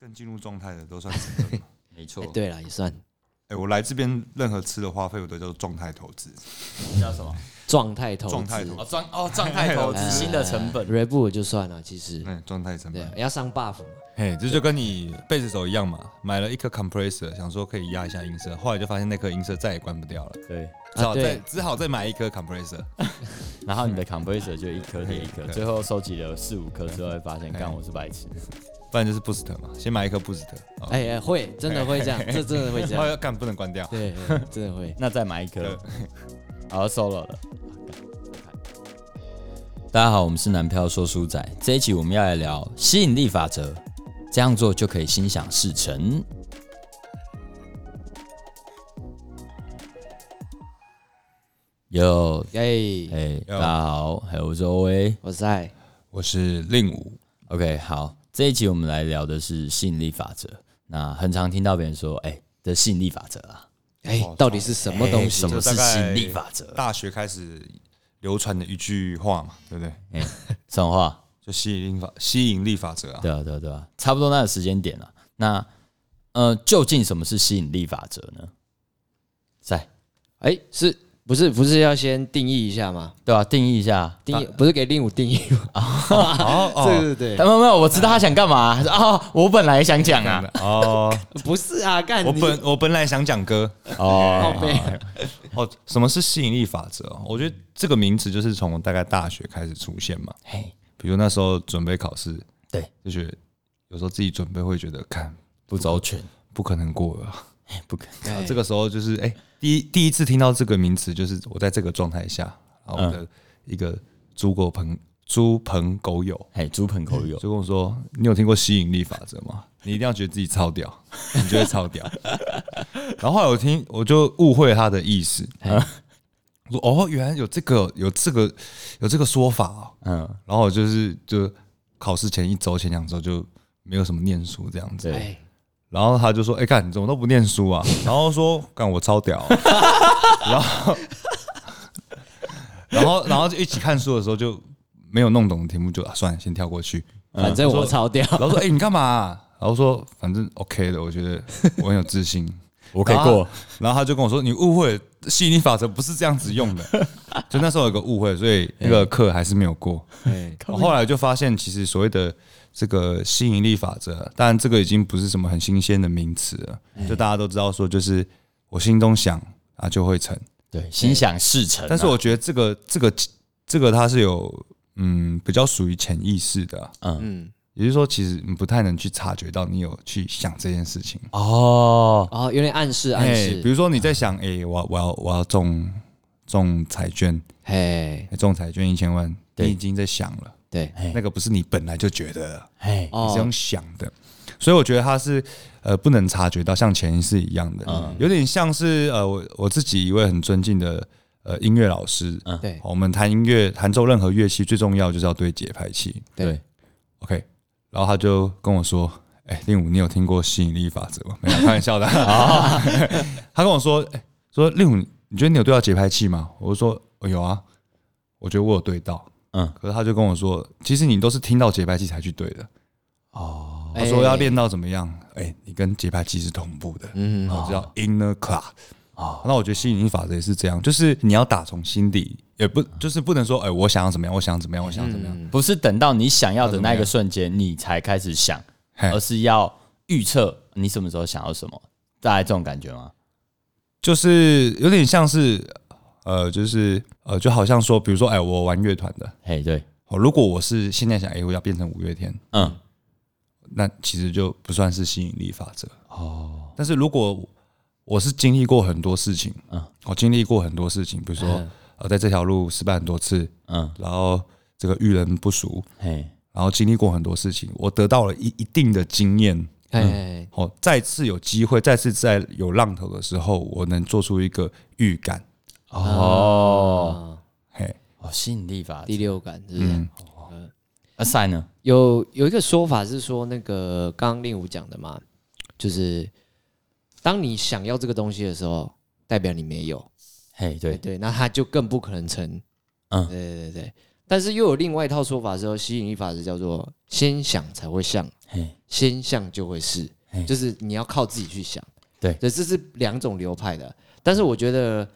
更进入状态的都算是真的。 没哎、错，对了，也算哎、我来这边任何吃的花费，我都叫做状态投资。叫什么？状态投资，状态投哦，状哦，状态投资呃新的成本。 ，reboot 就算了，其实嗯，状态成对本。要上 buff 嘛，嘿，这就跟你贝斯手一样嘛，买了一颗 compressor，想说可以压一下音色，后来就发现那颗音色再也关不掉了，对，只好再、啊对只好再买一颗 compressor。然后你的 compressor 就一颗叠一颗，嗯对嗯最后收集了四五颗之后，会发现，对干我是白痴。不然就是 boost 嘛，先买一颗 boost，哦哎、哎会真的会这 样，这真的会这哦，样，要干不能关掉。对，哎真的会。那再买一颗对，然后 solo 了。大家好，我们是南漂说书仔，这一集我们要来聊吸引力法则，这样做就可以心想事成。有，哎、哎， Yo 大家好，还有周威。我在，我是令武， OK，好，这一集我们来聊的是吸引力法则。那很常听到别人说，哎、这吸引力法则啊，哎、哦到底是什么东西？什么是就大概吸引力法则？大学开始流传的一句话嘛，对不对？什么话？就吸引力法吸引力法则啊。对啊，对啊，对啊，差不多那个时间点了、啊那呃，究竟什么是吸引力法则呢？在哎、是不是不是要先定义一下吗？对吧、定义一下。定义不是给令武定义吗？啊哦 对对啊，对，没有没有，我知道他想干嘛啊、哦我本来想讲啊。哦，不是啊，干我你本我本来想讲歌哦，靠背哦，什么是吸引力法则哦？我觉得这个名词就是从大概大学开始出现嘛。嘿，比如那时候准备考试，对，就觉得有时候自己准备会觉得，看不周全，不可能过了。哎不可对这个时候就是，哎、第一第一次听到这个名词，就是我在这个状态下，然嗯后我的一个猪狗朋猪朋狗友哎，猪朋狗友，就跟我说：“你有听过吸引力法则吗？你一定要觉得自己超 屌，你就会超屌。”然后后来我听，我就误会他的意思，我说：“哦，原来有这个，有这个，有这个说法哦。”嗯，然后我就是就考试前一周、前两周就没有什么念书这样子。对，哎，然后他就说：“哎、干，你怎么都不念书 啊？”然后说：“干，我超屌、啊。”然后，然后，然后就一起看书的时候就没有弄懂的题目就，啊、算了，先跳过去。反正我超掉，然后嗯说：“哎、你干嘛啊、然后说：“反正 OK 的，我觉 得我很有自信，我我可以过。。”然后他就跟我说：“你误会了，吸引力法则不是这样子用的。” 就那时候有个误会，所以哎那个课还是没有过。哎，后来就发现，其实所谓的这个吸引力法则，当然这个已经不是什么很新鲜的名词了，哎就大家都知道说，就是我心中想啊就会成。对，心想事成啊、但是我觉得这个这个这个它是有嗯比较属于潜意识的啊、嗯，也就是说，其实你不太能去察觉到你有去想这件事情。哦，哦，有点暗示暗哎，比示，如说你在想，哎、我要我要我要中中彩券，哎，哎中彩券一千万，你对已经在想了，对，哎那个不是你本来就觉得了。哎，你是哦用，想的，所以我觉得它是呃不能察觉到像潜意识一样的，嗯有点像是呃我我自己一位很尊敬的呃音乐老师，嗯对我们弹音乐弹奏任何乐器最重要就是要对节拍器对， ，OK，然后他就跟我说。哎，令武，你有听过吸引力法则吗？没有，开玩 笑的。他跟我说，哎，说令武，你觉得你有对到节拍器吗？我就说，哦，有啊，我觉得我有对到。嗯，可是他就跟我说，其实你都是听到节拍器才去对的。哦，哎他说要练到怎么样？哎、你跟节拍器是同步的，嗯，我知道 inner club。哦那我觉得吸引力法则也是这样，就是你要打从心底，也不就是不能说，哎、我想要怎么样，我想要怎么样，我想要怎么样。嗯不是等到你想要的要那怎么个样瞬间你才开始想，嘿而是要预测你什么时候想要什么，大概这种感觉吗？就是有点像是，呃，就是呃，就好像说，比如说，哎、我玩乐团的，嘿，对，哦，如果我是现在想，哎、我要变成五月天，嗯，那其实就不算是吸引力法则哦。但是如果我是经历过很多事情，嗯嗯，我经历过很多事情，比如说、呃，在这条路失败很多次，嗯，然后这个遇人不淑，嘿，然后经历过很多事情，我得到了一一定的经验。哎，哦，再次有机会，再次在有浪头的时候，我能做出一个预感。哦，哦，嘿，嗯哦，吸引力法则第，六感是不嗯是？啊，赛呢？有有一个说法是说，那个刚刚令武讲的嘛，就是当你想要这个东西的时候，代表你没有，嘿，对，对，那它就更不可能成。嗯嗯，对对对。但是又有另外一套说法是说，吸引力法则叫做先想才会像。嘿，先想就会是嘿，就是你要靠自己去想。对这这是两种流派的。但是我觉得，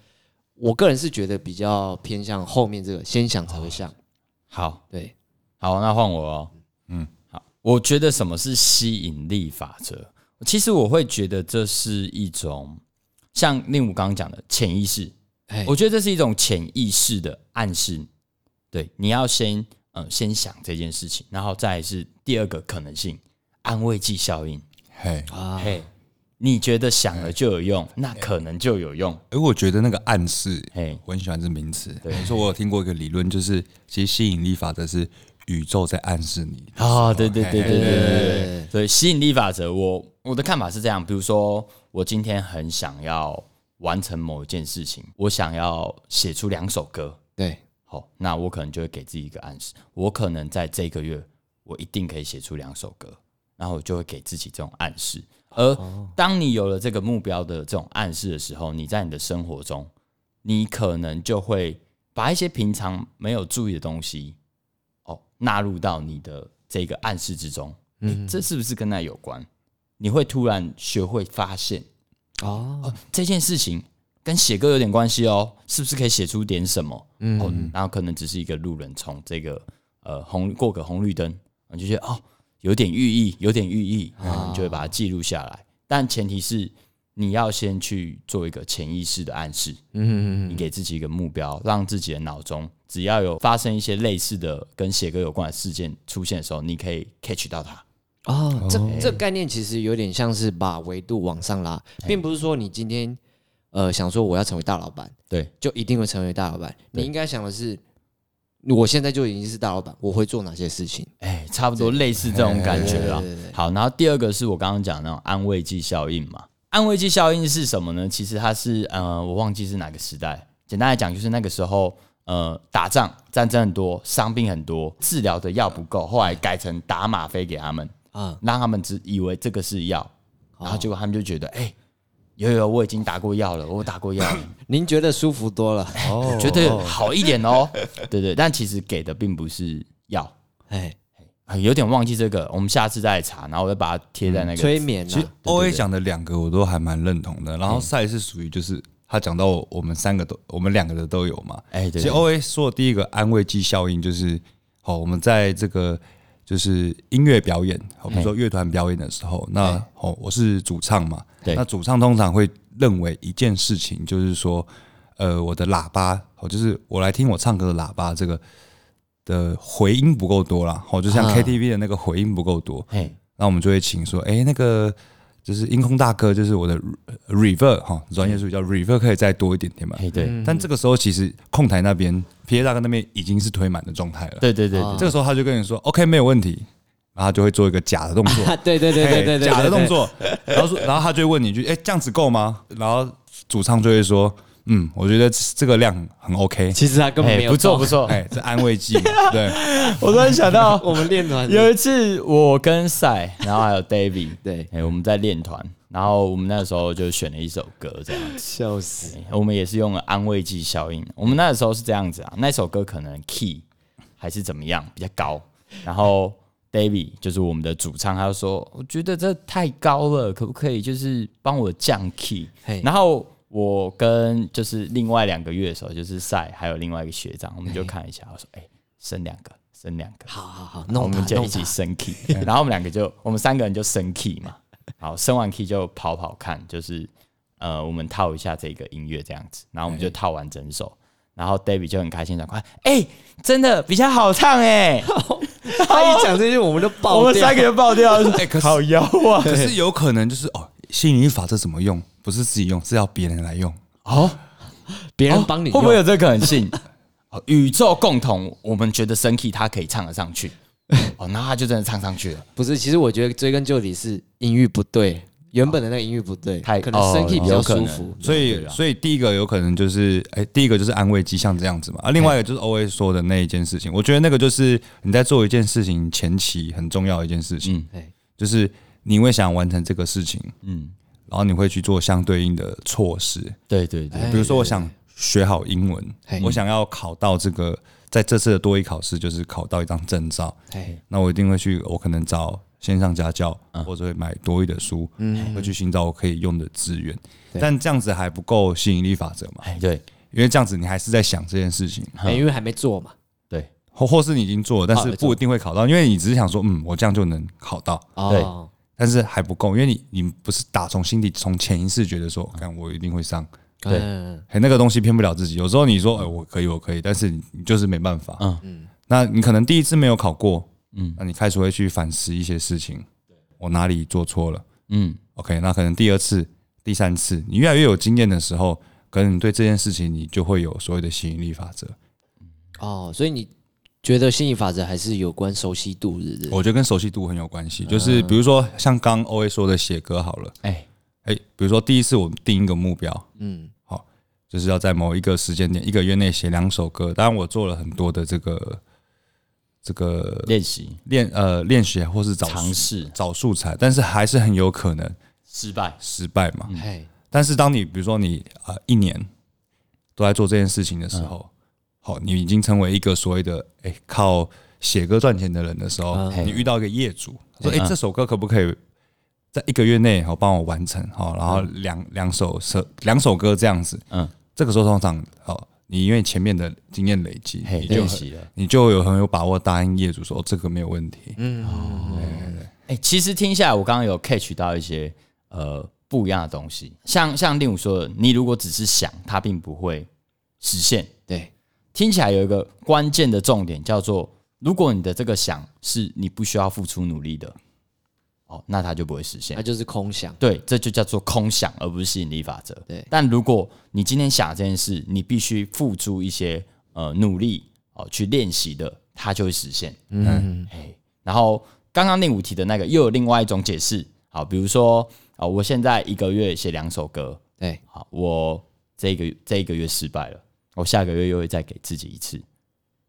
我个人是觉得比较偏向后面这个，先想才会像。好对，好，那换我哦。嗯，好，我觉得什么是吸引力法则？其实我会觉得这是一种像令武刚刚讲的潜意识，哎我觉得这是一种潜意识的暗示。对，你要先呃先想这件事情，然后再来是第二个可能性，安慰剂效应。嘿，啊，嘿，你觉得想了就有用，那可能就有用。哎，我觉得那个暗示，嘿，我很喜欢这名词。对你说我有听过一个理论，就是其实吸引力法则是宇宙在暗示你。啊，对对对对对对对对对，所以吸引力法则，我我的看法是这样，比如说我今天很想要完成某一件事情，我想要写出两首歌，对，好，那我可能就会给自己一个暗示，我可能在这个月我一定可以写出两首歌，然后我就会给自己这种暗示。而当你有了这个目标的这种暗示的时候，你在你的生活中，你可能就会把一些平常没有注意的东西，哦，纳入到你的这个暗示之中。嗯，这是不是跟那有关？你会突然学会发现哦，这件事情跟写歌有点关系哦，是不是可以写出点什么？哦，然后可能只是一个路人从这个呃红过个红绿灯，你就觉得哦有点寓意，有点寓意，然后你就会把它记录下来。但前提是你要先去做一个潜意识的暗示，嗯，你给自己一个目标，让自己的脑中只要有发生一些类似的跟写歌有关的事件出现的时候，你可以 catch 到它。哦，这这个概念其实有点像是把维度往上拉，并不是说你今天呃想说我要成为大老板，对，就一定会成为大老板。你应该想的是，我现在就已经是大老板，我会做哪些事情？哎，差不多类似这种感觉啦对对对对。好，然后第二个是我刚刚讲的那种安慰剂效应嘛。安慰剂效应是什么呢？其实它是呃，我忘记是哪个时代。简单来讲，就是那个时候呃，打仗战争很多，伤病很多，治疗的药不够，后来改成打吗啡给他们，啊，让他们只以为这个是药，哦然后结果他们就觉得，哎、有有，我已经打过药了，我打过药了，您觉得舒服多了？ 哦觉得好一点哦。对对，但其实给的并不是药，哎，啊，有点忘记这个，我们下次再查，然后我再把它贴在那个。催眠其实啊， O A 讲的两个我都还蛮认同的，然后赛是属于就是他讲到我们三个都我们两个的都有嘛。哎、其对实对， O A 说的第一个安慰剂效应就是，好，我们在这个就是音乐表演，好比如说乐团表演的时候，那哦我是主唱嘛，对那主唱通常会认为一件事情就是说，呃，我的喇叭，哦就是我来听我唱歌的喇叭这个的回音不够多啦，哦就像啊 K T V 的那个回音不够多，嘿，那我们就会请说，哎、那个就是音控大哥，就是我的 re- reverb 哈，专业术语叫 reverb，可以再多一点点嘛。嘿，哎对，嗯但这个时候其实控台那边，PA 大哥那边已经是推满的状态了。，对对对啊对，这个时候他就跟你说，OK，没有问题，然后他就会做一个假的动作， 啊，对 对对对对对，嘿假的动对，作，然后说，然后他就会问你一句，哎、这样子够吗？然后主唱就会说，嗯，我觉得这个量很 OK，其实他根本没嘿，有不错动不。错。哎、这安慰剂嘛，对， 我突然想到 ，我们练团 有一次我跟赛，然后还有 David，对哎、我们在练团，然后我们那时候就选了一首歌这样子，笑死，我们也是用了安慰剂效应。我们那时候是这样子啊，那首歌可能 key 还是怎么样比较高，然后 David 就是我们的主唱，他就说我觉得这太高了，可不可以就是帮我降 key？嘿然后我跟就是另外两个乐手，就是赛还有另外一个学长，我们就看一下，我说哎、升两个，升两个，好好好，啊我弄们他就一弄起他，升 key，然后我们两个就我们三个人就升 key 嘛，好，升完 key 就跑跑看，就是呃，我们套一下这个音乐这样子，然后我们就套完整首，然后 David 就很开心的快，哎、真的比较好唱哎、他一讲这些我们都爆掉，我们三个就爆掉了，哎可是好妖啊，可是有可能就是哦，吸引力法则怎么用？不是自己用，是要别人来用。哦，别人帮你会不会用有这个可能性？哦宇宙共同，我们觉得升 key 他可以唱得上去，哦，那他就真的唱上去了。不是，其实我觉得追根究底是音域不对，原本的那个音域不对，太可能身体比较哦有可舒能服。所以，所以第一个有可能就是，哎、第一个就是安慰剂，像这样子嘛。啊，另外一个就是 O A 说的那一件事情，我觉得那个就是你在做一件事情前期很重要的一件事情，哎，就是你会想完成这个事情，嗯，然后你会去做相对应的措施，对对对，哎比如说我想学好英文嘿，我想要考到这个，在这次的多一考试就是考到一张证照，哎，那我一定会去，我可能找线上家教，嗯或者会买多余的书，嗯会去寻找我可以用的资源。对但这样子还不够吸引力法则嘛？哎，对因为这样子你还是在想这件事情，嗯哎因为还没做嘛。对，或或是你已经做了，但啊是没错不一定会考到，因为你只是想说，嗯，我这样就能考到，哦，但是还不够，因为你你不是打从心底从潜意识觉得说，看我一定会上，对嗯哎，那个东西骗不了自己。有时候你说，哎、我可以，我可以，但是你你就是没办法。嗯嗯，那你可能第一次没有考过，嗯那你开始会去反思一些事情，我哪里做错了嗯， ？OK，那可能第二次、第三次，你越来越有经验的时候，可能你对这件事情你就会有所谓的吸引力法则。哦，所以你觉得吸引法则还是有关熟悉度，是不是？我觉得跟熟悉度很有关系，就是比如说像刚 O A 说的写歌好了，嗯哎，哎、比如说第一次我定一个目标，嗯，就是要在某一个时间点一个月内写两首歌。当然，我做了很多的这个这个练习练呃练习或是找尝试找素材，但是还是很有可能失败，失败嘛。嗯嘿，但是当你比如说你呃一年都在做这件事情的时候，嗯好，你已经成为一个所谓的哎、靠写歌赚钱的人的时候，嗯你遇到一个业主他说嗯哎、这首歌可不可以？在一个月内，好帮我完成，好，然后两两首首两首歌这样子，嗯，这个时候通常好，你因为前面的经验累积，嘿，你就练很习了。你就有很有把握答应业主说、哦这个没有问题。哎、其实听下来，我刚刚有 catch 到一些呃不一样的东西，像像令武说的，你如果只是想，它并不会实现。对，听起来有一个关键的重点叫做，如果你的这个想是你不需要付出努力的，哦，那它就不会实现那。就是空想。对，这就叫做空想，而不是吸引力法则。对但如果你今天想这件事，你必须付出一些呃努力哦、去练习的，它就会实现。嗯，哎，然后刚刚那五题的那个又有另外一种解释，好，比如说啊、我现在一个月写两首歌，对，好，我这个这一个月失败了，我下个月又会再给自己一次，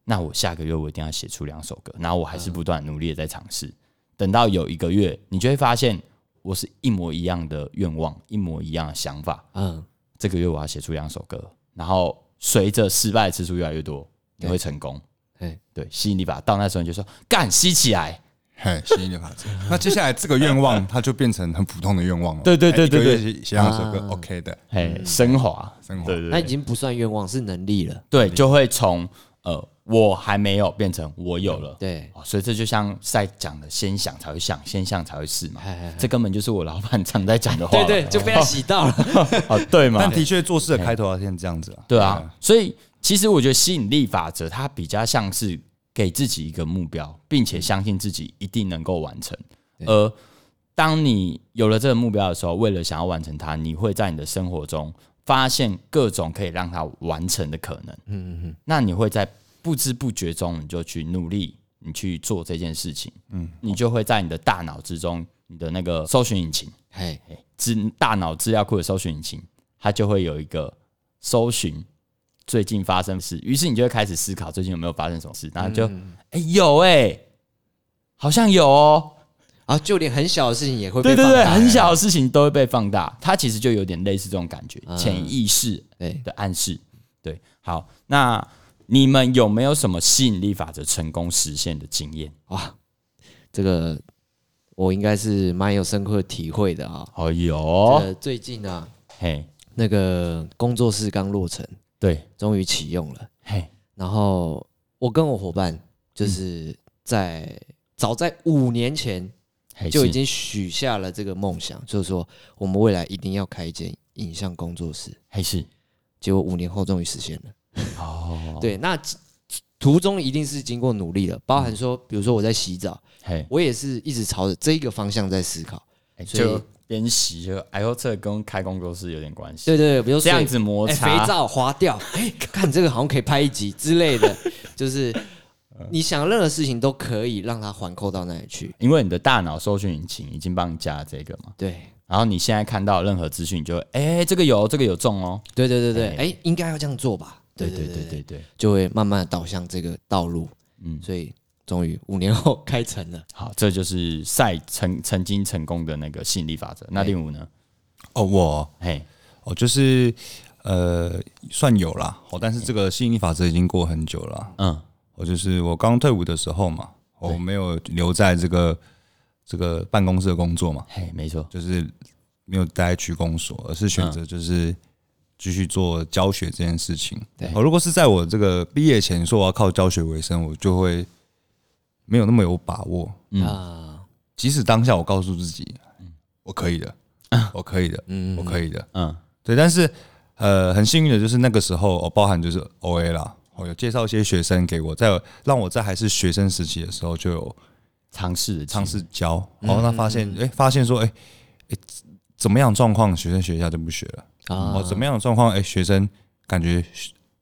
那我下个月我一定要写出两首歌，然后我还嗯是不断努力的在尝试，等到有一个月，你就会发现我是一模一样的愿望，一模一样的想法，嗯，这个月我要写出两首歌，然后随着失败的次数越来越多，你会成功。对，对，吸引力法到那时候你就说干吸起来，嘿，吸引力法则。 那接下来这个愿望，它就变成很普通的愿望了。对对对哎一个对对月写写两首歌啊，OK 的。嘿，升华，嗯升华对对那对已经不算愿望，是能力了。对，就会从呃我还没有变成我有了，对，哦，所以这就像赛讲的，先想才会想，先想才会试嘛哎哎哎，这根本就是我老板常在讲的话对 嘛，对，就被他洗到 了。哦，对但嘛，的确，做事的开头要先这样子啊。嗯对啊，所以其实我觉得吸引力法则它比较像是给自己一个目标，并嗯且相信自己一定能够完成，而当你有了这个目标的时候，为了想要完成它，你会在你的生活中发现各种可以让它完成的可能。嗯嗯那你会在不知不觉中，你就去努力，你去做这件事情，嗯，你就会在你的大脑之中，你的那个搜寻引擎，嗯，嘿，资大脑资料库的搜寻引擎，它就会有一个搜寻最近发生的事，于是你就会开始思考最近有没有发生什么事，然后就，哎、嗯有哎、好像有哦，啊，就连很小的事情也会被对对放对，大很小的事情都会被放大，它其实就有点类似这种感觉，嗯潜意识对的暗示。对，好，那你们有没有什么吸引力法则成功实现的经验？哇，这个我应该是蛮有深刻体会的啊。哦，哦有，，最近啊，嘿，那个工作室刚落成，对，终于启用了。嘿，然后我跟我伙伴就是在、早在五年前嘿就已是经许下了这个梦想，就是说我们未来一定要开一间影像工作室。嘿是结果五年后终于实现了。哦， 对，那途中一定是经过努力了，包含说，比如说我在洗澡，嘿，我也是一直朝着这一个方向在思考。嘿所以哎就边洗就，哎呦，这个跟开工作室有点关系，对对对，比如说这样水子摩哎，擦，肥皂滑掉，哎，看这个好像可以拍一集之类的， 就是你想任何事情都可以让它环扣到那里去。因为你的大脑搜寻引擎已经帮你加了这个嘛，对，然后你现在看到任何资讯，你就会，哎，这个有，这个有中哦，对对对哎对，哎，应该要这样做吧？对对对对对，对对，就会慢慢的导向这个道路。嗯嗯，所以终于五年后开成了。好，这就是赛曾曾经成功的那个吸引力法则。那第五呢？哦，我嘿，哦，就是呃，算有啦。哦，但是这个吸引力法则已经过很久了啊。嗯，哦我就是我刚退伍的时候嘛，我没有留在这个这个办公室的工作嘛，嘿，没错，就是没有待在区公所，而是嗯选择就是继续做教学这件事情。对哦，如果是在我这个毕业前说我要靠教学为生，我就会没有那么有把握。嗯，啊，即使当下我告诉自己，我可以的，我可以的，嗯我可以的，嗯，对。但是呃，很幸运的就是那个时候，我、包含就是 O A 啦，我、有介绍一些学生给我，在让我在还是学生时期的时候就有尝试的机尝会，试教，嗯然后那发现，哎、发现说，哎、哎怎么样的状况学生学一下就不学了，啊哦，怎么样的状况，哎、学生感觉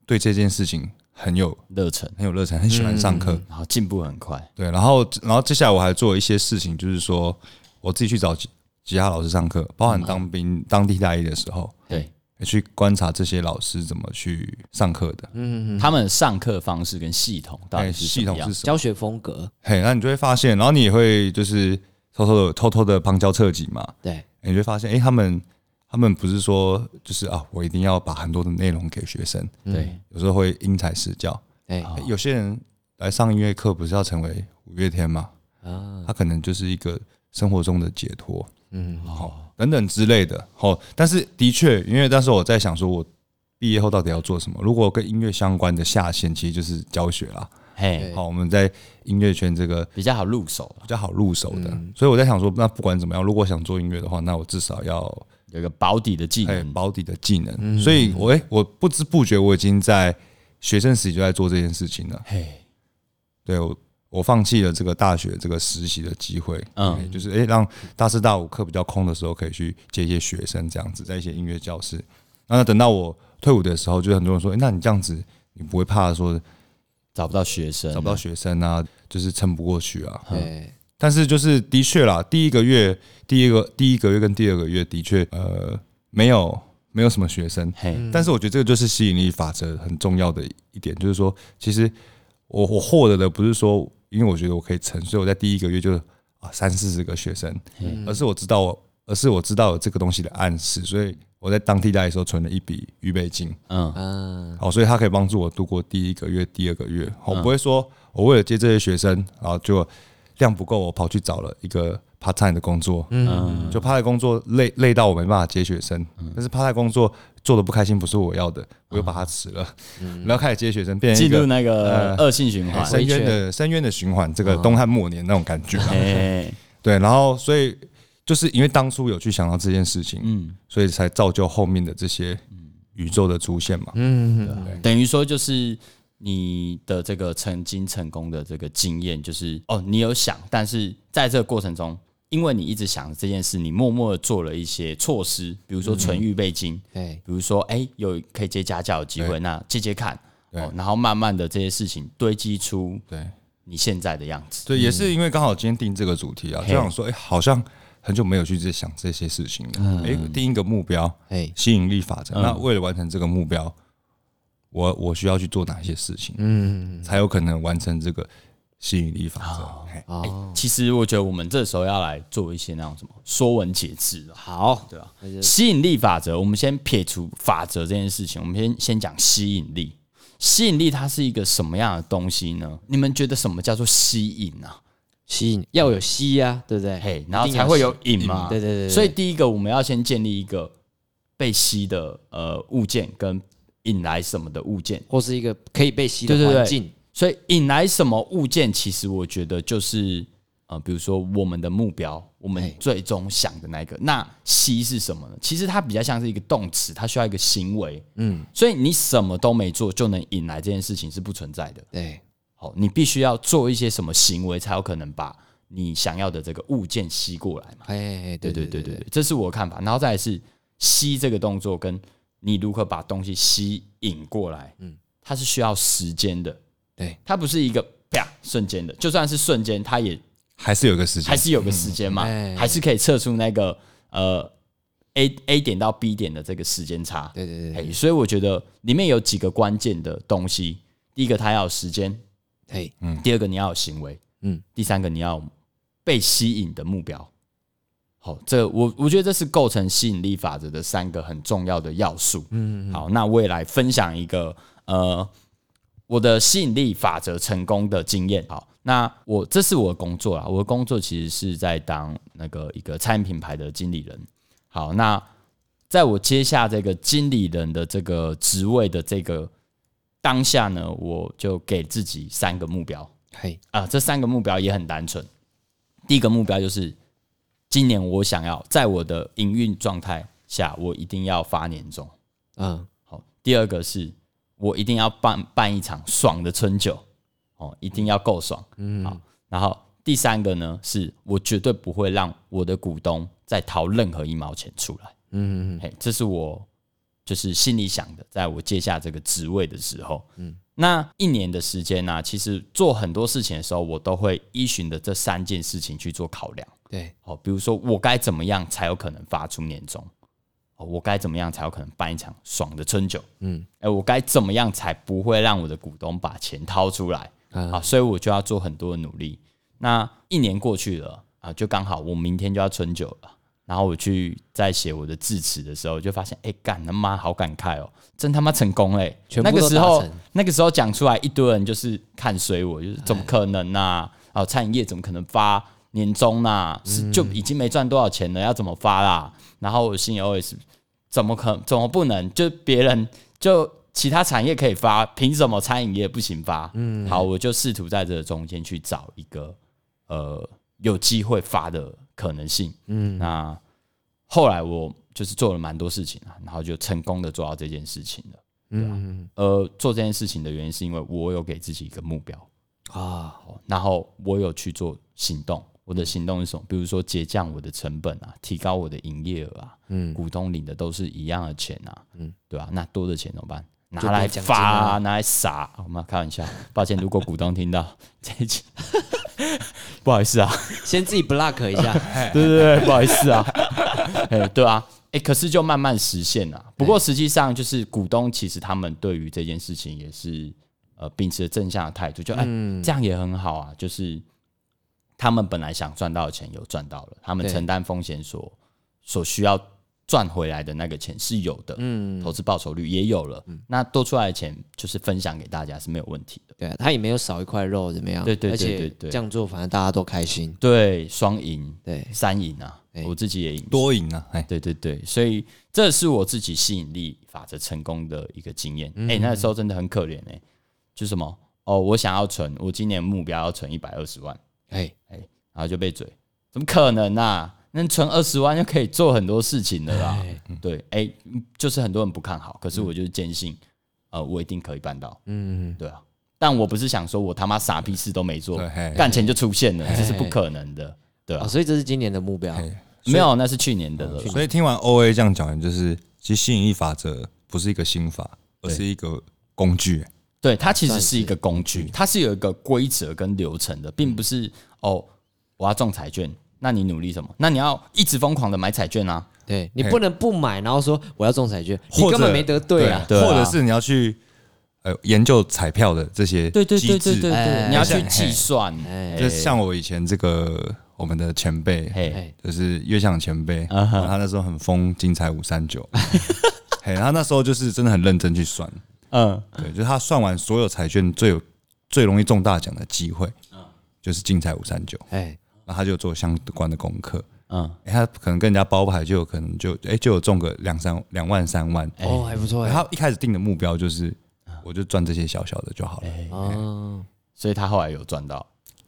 对这件事情很有热忱，很有热忱，很喜欢上课，然后进步很快，对，然后然后接下来我还做一些事情，就是说我自己去找吉吉他老师上课，包嗯含当兵当地大一的时候，对哎去观察这些老师怎么去上课的，嗯，他们的上课方式跟系统到哎，底是什系么统样是什么？教学风格，嘿，那你就会发现，然后你也会就是偷偷的偷偷的旁敲侧击嘛，对，你就会发现，哎、他们他们不是说就是啊，我一定要把很多的内容给学生，对，嗯有时候会因材施教。哎啊诶有些人来上音乐课不是要成为五月天嘛，啊，他可能就是一个生活中的解脱，嗯，好等等之类的。好，但是的确，因为那时候我在想说，我毕业后到底要做什么？如果跟音乐相关的下限，其实就是教学啦。嘿对，好，我们在音乐圈这个比较好入手了，比较好入手的，嗯所以我在想说，那不管怎么样，如果想做音乐的话，那我至少要有一个保底的技还有能，保底的技能，所以我哎、我不知不觉我已经在学生时期就在做这件事情了。嘿，对我，我放弃了这个大学这个实习的机会，嗯哎，就是哎、让大四大五课比较空的时候可以去接一些学生这样子，在一些音乐教室。那等到我退伍的时候，就很多人说，哎、那你这样子，你不会怕说找不到学生，找不到，学生啊，就是撑不过去嗯啊？对，但是就是的确啦，第一个月，第一个第一个月跟第二个月的确，呃，没有没有什么学生，嘿，但是我觉得这个就是吸引力法则很重要的一点，就是说，其实我我获得的不是说，因为我觉得我可以成，所以我在第一个月就啊三四十个学生，而是我知道我，而是我知道有这个东西的暗示，所以我在当替代的时候存了一笔预备金，嗯，嗯，好，哦所以它可以帮助我度过第一个月、第二个月，我嗯不会说我为了接这些学生，然后就量不够，我跑去找了一个 part time 的工作，嗯，就 part time 工作累累到我没办法接学生，嗯但是 part time 工作做的不开心不是我要的，我又把它辞了， 然后开始接学生，变成一进入个呃那个恶性循环，深渊的深渊的循环，这个东汉末年那种感觉啊，嗯嘿，对，然后所以就是因为当初有去想到这件事情，嗯，所以才造就后面的这些宇宙的出现嘛，嗯嗯等于说就是你的这个曾经成功的这个经验，就是哦，你有想，但是在这个过程中，因为你一直想这件事，你默默的做了一些措施，比如说存预备金，对，比如说哎、有可以接家教的机会，对那接接看，对哦，然后慢慢的这些事情堆积出对。你现在的样子，对，也是因为刚好今天定这个主题啊，嗯嘿就想说，哎、好像很久没有去这想这些事情了。嗯哎、定一个目标，哎，吸引力法则。那为了完成这个目标，我我需要去做哪些事情，嗯，才有可能完成这个吸引力法则？嘿哦，其实我觉得我们这时候要来做一些那种什么说文解字啊，好，对吧、那就吸引力法则，我们先撇除法则这件事情，我们先先讲吸引力。吸引力它是一个什么样的东西呢？你们觉得什么叫做吸引啊？吸引要有吸呀，对不对？嘿，然后一定才要会有引嘛。对对对对所以第一个，我们要先建立一个被吸的呃物件跟引来什么的物件。或是一个可以被吸对的对对环境，所以引来什么物件，其实我觉得就是呃，比如说我们的目标，我们嘿最终想的那一个。那吸是什么呢？其实它比较像是一个动词，它需要一个行为。嗯，所以你什么都没做就能引来这件事情是不存在的。对，好，你必须要做一些什么行为，才有可能把你想要的这个物件吸过来嘛。哎哎，哎对对对对对对，对，这是我的看法。然后再来是吸这个动作，跟你如何把东西吸引过来，嗯，它是需要时间的，对，它不是一个啪瞬间的，就算是瞬间，它也还是有一个时间还，是有个时间嘛，嗯哎还是可以测出那个呃 A A 点到 B 点的这个时间差。对对对，哎，所以我觉得里面有几个关键的东西，第一个它要有时间，嘿，第二个你要有行为，嗯嗯，第三个你要有被吸引的目标。好，这我我觉得这是构成吸引力法则的三个很重要的要素。嗯，好，那我也来分享一个呃我的吸引力法则成功的经验。好，那我这是我的工作啦，我的工作其实是在当那个一个餐饮品牌的经理人。好，那在我接下这个经理人的这个职位的这个当下呢，我就给自己三个目标嘿，啊、这三个目标也很单纯。第一个目标就是今年我想要在我的营运状态下，我一定要发年终。嗯，好，第二个是我一定要办办一场爽的春酒，哦，一定要够爽，嗯，好。然后第三个呢，是我绝对不会让我的股东再掏任何一毛钱出来，嗯嗯嘿，这是我就是心里想的，在我接下这个职位的时候，嗯，那一年的时间呢、其实做很多事情的时候，我都会依循的这三件事情去做考量。对，哦，比如说我该怎么样才有可能发出年终？哦，我该怎么样才有可能办一场爽的春酒？嗯，哎、我该怎么样才不会让我的股东把钱掏出来？嗯啊，所以我就要做很多的努力。那一年过去了啊，就刚好我明天就要春酒了。然后我去在写我的致辞的时候，就发现，哎、干他妈好感慨哦，真他妈成功嘞、全部那个都时达候成，那个时候讲出来，一堆人就是看衰我，就是怎么可能呐、啊？哦，餐饮业怎么可能发年终呐、是嗯就已经没赚多少钱了，要怎么发啦？然后我心里 OS：怎么可怎么不能？就别人就其他产业可以发，凭什么餐饮业不行发？嗯，好，我就试图在这中间去找一个呃有机会发的可能性。嗯，那后来我就是做了蛮多事情啊，然后就成功的做到这件事情了。嗯呃，做这件事情的原因是因为我有给自己一个目标，啊，哦然后我有去做行动。我的行动是什么？比如说节降我的成本啊，提高我的营业额啊，嗯，股东领的都是一样的钱啊，嗯，对吧、那多的钱怎么办？就拿来多奖金发、啊啊，拿来撒、啊。我们开玩笑，抱歉，如果股东听到这一集， 不好意思啊，先自己 block 一下， 对对对，不好意思啊， 哎，对啊，哎，可是就慢慢实现了、不过实际上就是股东其实他们对于这件事情也是呃秉持着正向的态度，就哎、这样也很好啊，就是他们本来想赚到的钱有赚到了，他们对承担风险所所需要赚回来的那个钱是有的，嗯，投资报酬率也有了，那多出来的钱就是分享给大家是没有问题的， 对啊，他也没有少一块肉，怎么样？对对对而且对对这样做，反正大家都开心。对，双赢，对三赢啊哎，我自己也赢，多赢啊！哎，对对对，所以这是我自己吸引力法则成功的一个经验。哎、那时候真的很可怜哎、就什么哦，我想要存，我今年目标要存一百二十万，哎，然后就被嘴，怎么可能啊？能存二十万就可以做很多事情了啦。哎对，哎、就是很多人不看好，可是我就是坚信，呃，我一定可以办到。嗯，对啊，但我不是想说我他妈傻逼事都没做对，嘿干钱就出现了，这是不可能的。对哦，啊，所以这是今年的目标。没有，那是去年的了啦。所以听完 O A 这样讲，就是其实吸引力法则不是一个心法，而对是一个工具。对，它其实是一个工具，嗯它是有一个规则跟流程的，并不是哦，我要中彩券，那你努力什么？那你要一直疯狂的买彩券啊，对你不能不买，然后说我要中彩券，你或者根本没得对啊。对啊或者是你要去呃研究彩票的这些对对对机对对制。对，哎你要去计算，就像我以前这个我们的前辈，哎，哎，就是岳翔前辈，然后他那时候很疯精彩五三九，嘿，他那时候就是真的很认真去算，嗯，对，就是他算完所有彩券最有最容易中大奖的机会，就是精彩五三九，哎，然后他就做相关的功课，嗯，欸他可能跟人家包牌就有可能就哎、就有中个两三两万三万，哦，还不错哎。他一开始定的目标就是我就赚这些小小的就好了，哦，所以他后来有赚到，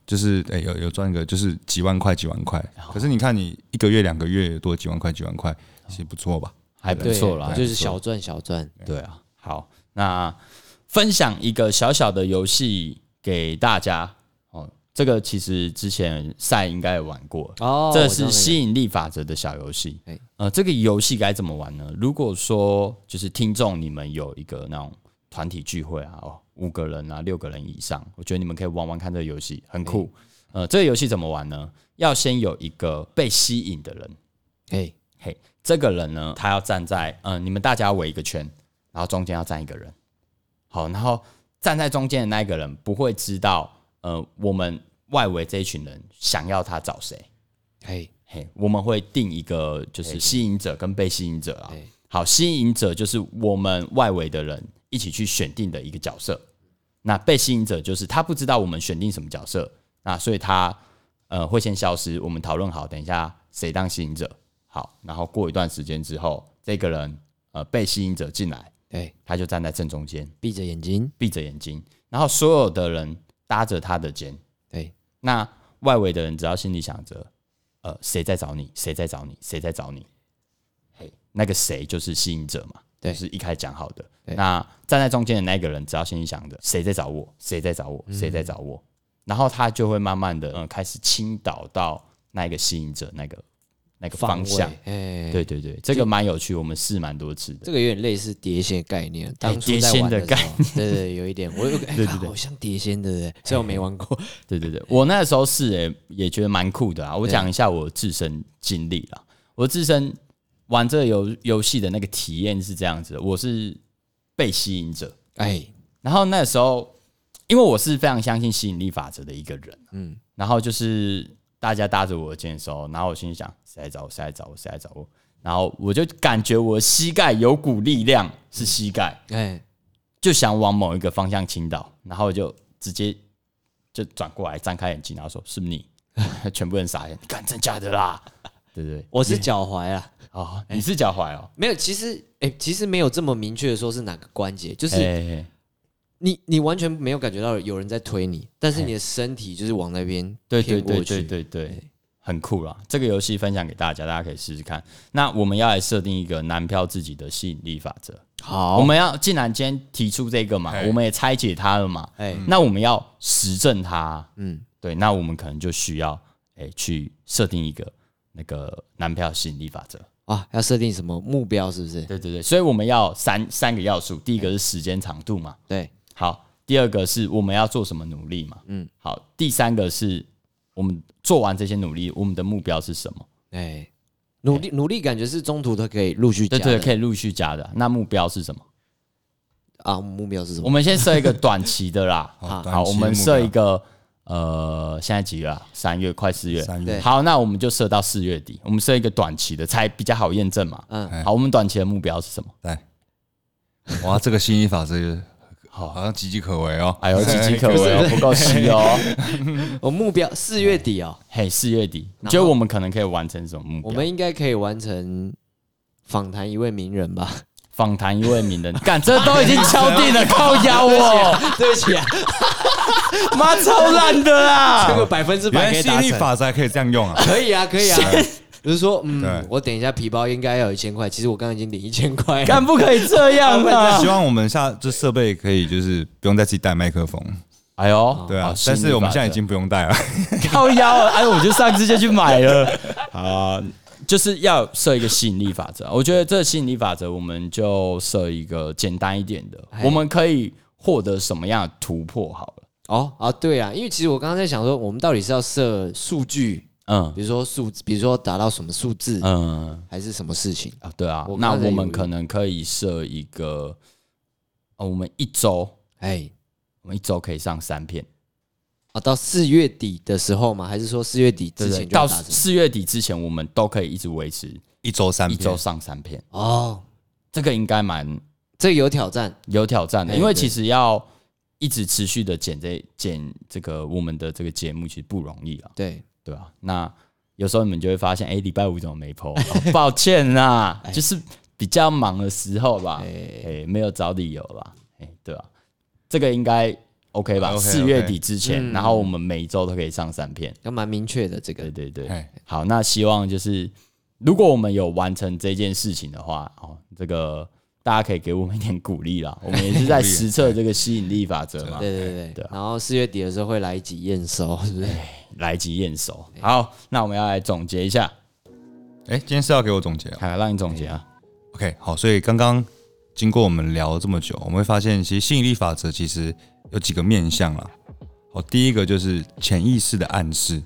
就是哎、有有赚个就是几万块几万块，可是你看你一个月两个月多几万块几万块，其实不错吧？还不对错啦，就是小赚小赚。对啊，好，那分享一个小小的游戏给大家哦。这个其实之前赛应该也玩过哦这我知道是那个吸引力法则的小游戏哎。呃，这个游戏该怎么玩呢？如果说就是听众你们有一个那种团体聚会啊，哦，五个人啊，六个人以上，我觉得你们可以玩玩看这个游戏，哎很酷。呃，这个游戏怎么玩呢？要先有一个被吸引的人，哎，嘿，这个人呢，他要站在嗯、呃你们大家围一个圈，然后中间要站一个人。好，然后站在中间的那一个人不会知道，呃，我们外围这一群人想要他找谁。哎，嘿，我们会定一个就是吸引者跟被吸引者啊对。好，吸引者就是我们外围的人一起去选定的一个角色。那被吸引者就是他不知道我们选定什么角色，那所以它呃会先消失。我们讨论好，等一下谁当吸引者，好，然后过一段时间之后，这个人呃被吸引者进来，对，他就站在正中间，闭着眼睛，闭着眼睛，然后所有的人搭着他的肩。对，那外围的人只要心里想着，呃，谁在找你，谁在找你，谁在找你，嘿，那个谁就是吸引者嘛，对就是一开始讲好的。对那站在中间的那个人只要心里想着，谁在找我，谁在找嗯我，谁在找我，然后他就会慢慢的，嗯、开始倾倒到那个吸引者那个那个方向。位，哎，对对对，这个蛮有趣，我们试蛮多次的。这个有点类似碟仙概念，当初哎碟在仙玩的时候，对对对，有一点，我有个哎，对对哎看对好像碟仙，对不对？虽然我没玩过，对对对，我那时候是诶、也觉得蛮酷的啊。我讲一下我自身经历啦，我自身玩这个游游戏的那个体验是这样子的，我是被吸引者，哎，然后那时候因为我是非常相信吸引力法则的一个人，嗯，然后就是大家搭着我的肩的时候，然后我心里想谁来找我，谁来找我，谁来找我，然后我就感觉我的膝盖有股力量是膝盖， 哎，就想往某一个方向倾倒，然后就直接 就转过来，张开眼睛，然后说：“是不是你？” 全部人傻眼，干真假的啦？ 对不对？我是脚踝啊，哦，你是脚踝哦，没有，其实哎，其实没有这么明确的说是哪个关节，就是哎哎你你完全没有感觉到有人在推你，但是你的身体就是往那边哎对偏对过对去哎对，对对，很酷啦！这个游戏分享给大家，大家可以试试看。那我们要来设定一个男票自己的吸引力法则。好，我们要既然今天提出这个嘛，嘿我们也拆解它了嘛，哎，那我们要实证啊它。嗯，对，那我们可能就需要哎、去设定一个那个男票吸引力法则。哇，啊要设定什么目标是不是？对对对，所以我们要三三个要素，第一个是时间长度嘛，对，好，第二个是我们要做什么努力嘛，嗯，好，第三个是我们做完这些努力，我们的目标是什么？哎，努力努力，感觉是中途都可以陆续加对对，的可以陆续加的。那目标是什么？啊，目标是什我么？们先设一个短期 的啦，好哦好，短期我的们目设标一个呃，现在几月啊？三月，快四月。三对月好，那我们就设到四月底，我们设一个短期的，才比较好验证嘛。哎嗯，好，我们短期的目标是什么？来， 哇，这个心理法则也好，好像岌岌可危哦。哎 呦，岌岌可危哦，不够细哦。我目标四月底哦，嘿，四月底，你然后觉得我们可能可以完成什么目标？我们应该可以完成访谈一位名人吧？访谈一位名人，干，这都已经敲定 了，靠腰哦，对不起啊， 妈超烂的 啊这啦！个百分之原百来可以吸引达力成。法则还可以这样 用啊！可以啊，可以啊。 就是说，嗯对，我等一下皮包应该要有一千块，其实我刚刚已经领一千块了。干不可以这样啊希！望我们下这设备可以就是不用再自己带麦克风，哎呦，对啊好，但是我们现在已心理经不用带了。法则靠腰了，哎，我就上次就去买了啊，就是要设一个吸引力法则。我觉得这个吸引力法则，我们就设一个简单一点的，我们可以获得什么样的突破？好了，哦啊，对啊，因为其实我刚刚在想说，我们到底是要设数据，嗯比如说数，比如说达到什么数字，嗯。还是什么事情？啊，对啊我，那刚才我有们一可能可以设一个，哦，我们一周，哎，我们一周可以上三片，啊，到四月底的时候吗？还是说四月底对之不对？前就要到达成？四月底之前，我们都可以一直维持一周三一篇周上三片，哦，这个应该蛮这个有挑战，有挑战的，哎因为对其实要一直持续的剪这剪这个我们的这个节目，其实不容易啊，对，对啊，那有时候你们就会发现，哎，礼拜五怎么没 PO？、哦抱歉啦，就是比较忙的时候吧，哎、没有找理由啦，哎，对啊，这个应该 OK 吧？ OK，OK 四月底之前，然后我们每一周都可以上三片，要蛮明确的这个对。对对。哎好，那希望就是如果我们有完成这件事情的话，哦，这个大家可以给我们一点鼓励啦，我们也是在鼓励实测这个吸引力法则嘛，对对对哎对对啊，然后四月底的时候会来一集验收，是不是？来及验收。好，那我们要来总结一下，哎，今天是要给我总结啊。好，让你总结啊。 OK，好，所以刚刚经过我们聊这么久，我们会发现，其实吸引力法则其实有几个面向啦。好，第一个就是潜意识的暗示。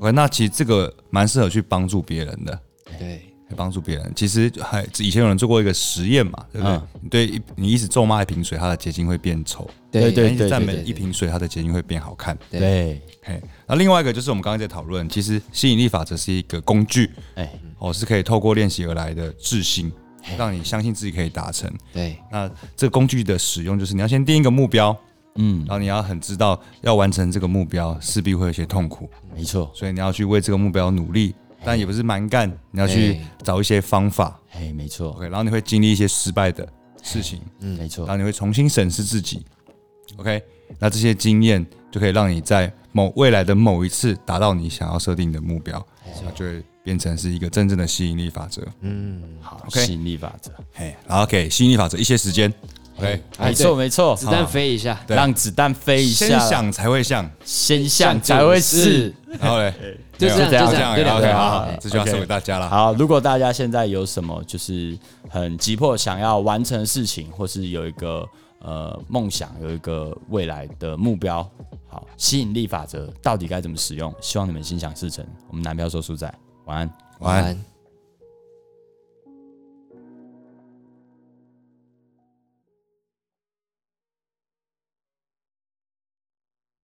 OK，那其实这个蛮适合去帮助别人的，对，帮助别人。其实还以前有人做过一个实验嘛，对不对？啊嗯你对一你一直咒骂一瓶水，它的结晶会变丑；对哎对你一直赞美对一瓶水，它的结晶会变好看。对对，嘿，那另外一个就是我们刚刚在讨论，其实吸引力法则是一个工具，哎，哦，是可以透过练习而来的自信，让你相信自己可以达成。对那这个工具的使用就是你要先定一个目标，嗯然，后你要很知道要完成这个目标，势必会有一些痛苦，没错，所以你要去为这个目标努力，但也不是蛮干，你要去哎找一些方法。哎，没错， OK，然后你会经历一些失败的事情，嗯没然错，后你会重新审视自己。OK，那这些经验就可以让你在某未来的某一次达到你想要设定的目标，那就会变成是一个真正的吸引力法则。嗯，好， OK 吸引力法则，嘿，然后给吸引力法则一些时间。OK，哎没错，没错，子弹飞一下，对让子弹飞一下，先想才会像，先想才会是。然后嘞，就这没样有就这样这样就两，OK，个好好，哎好这句话 OK 送给大家啦。好，如果大家现在有什么就是很急迫想要完成的事情，或是有一个呃梦想，有一个未来的目标，好，吸引力法则到底该怎么使用？希望你们心想事成。我们男票说书仔，晚安。晚安。安。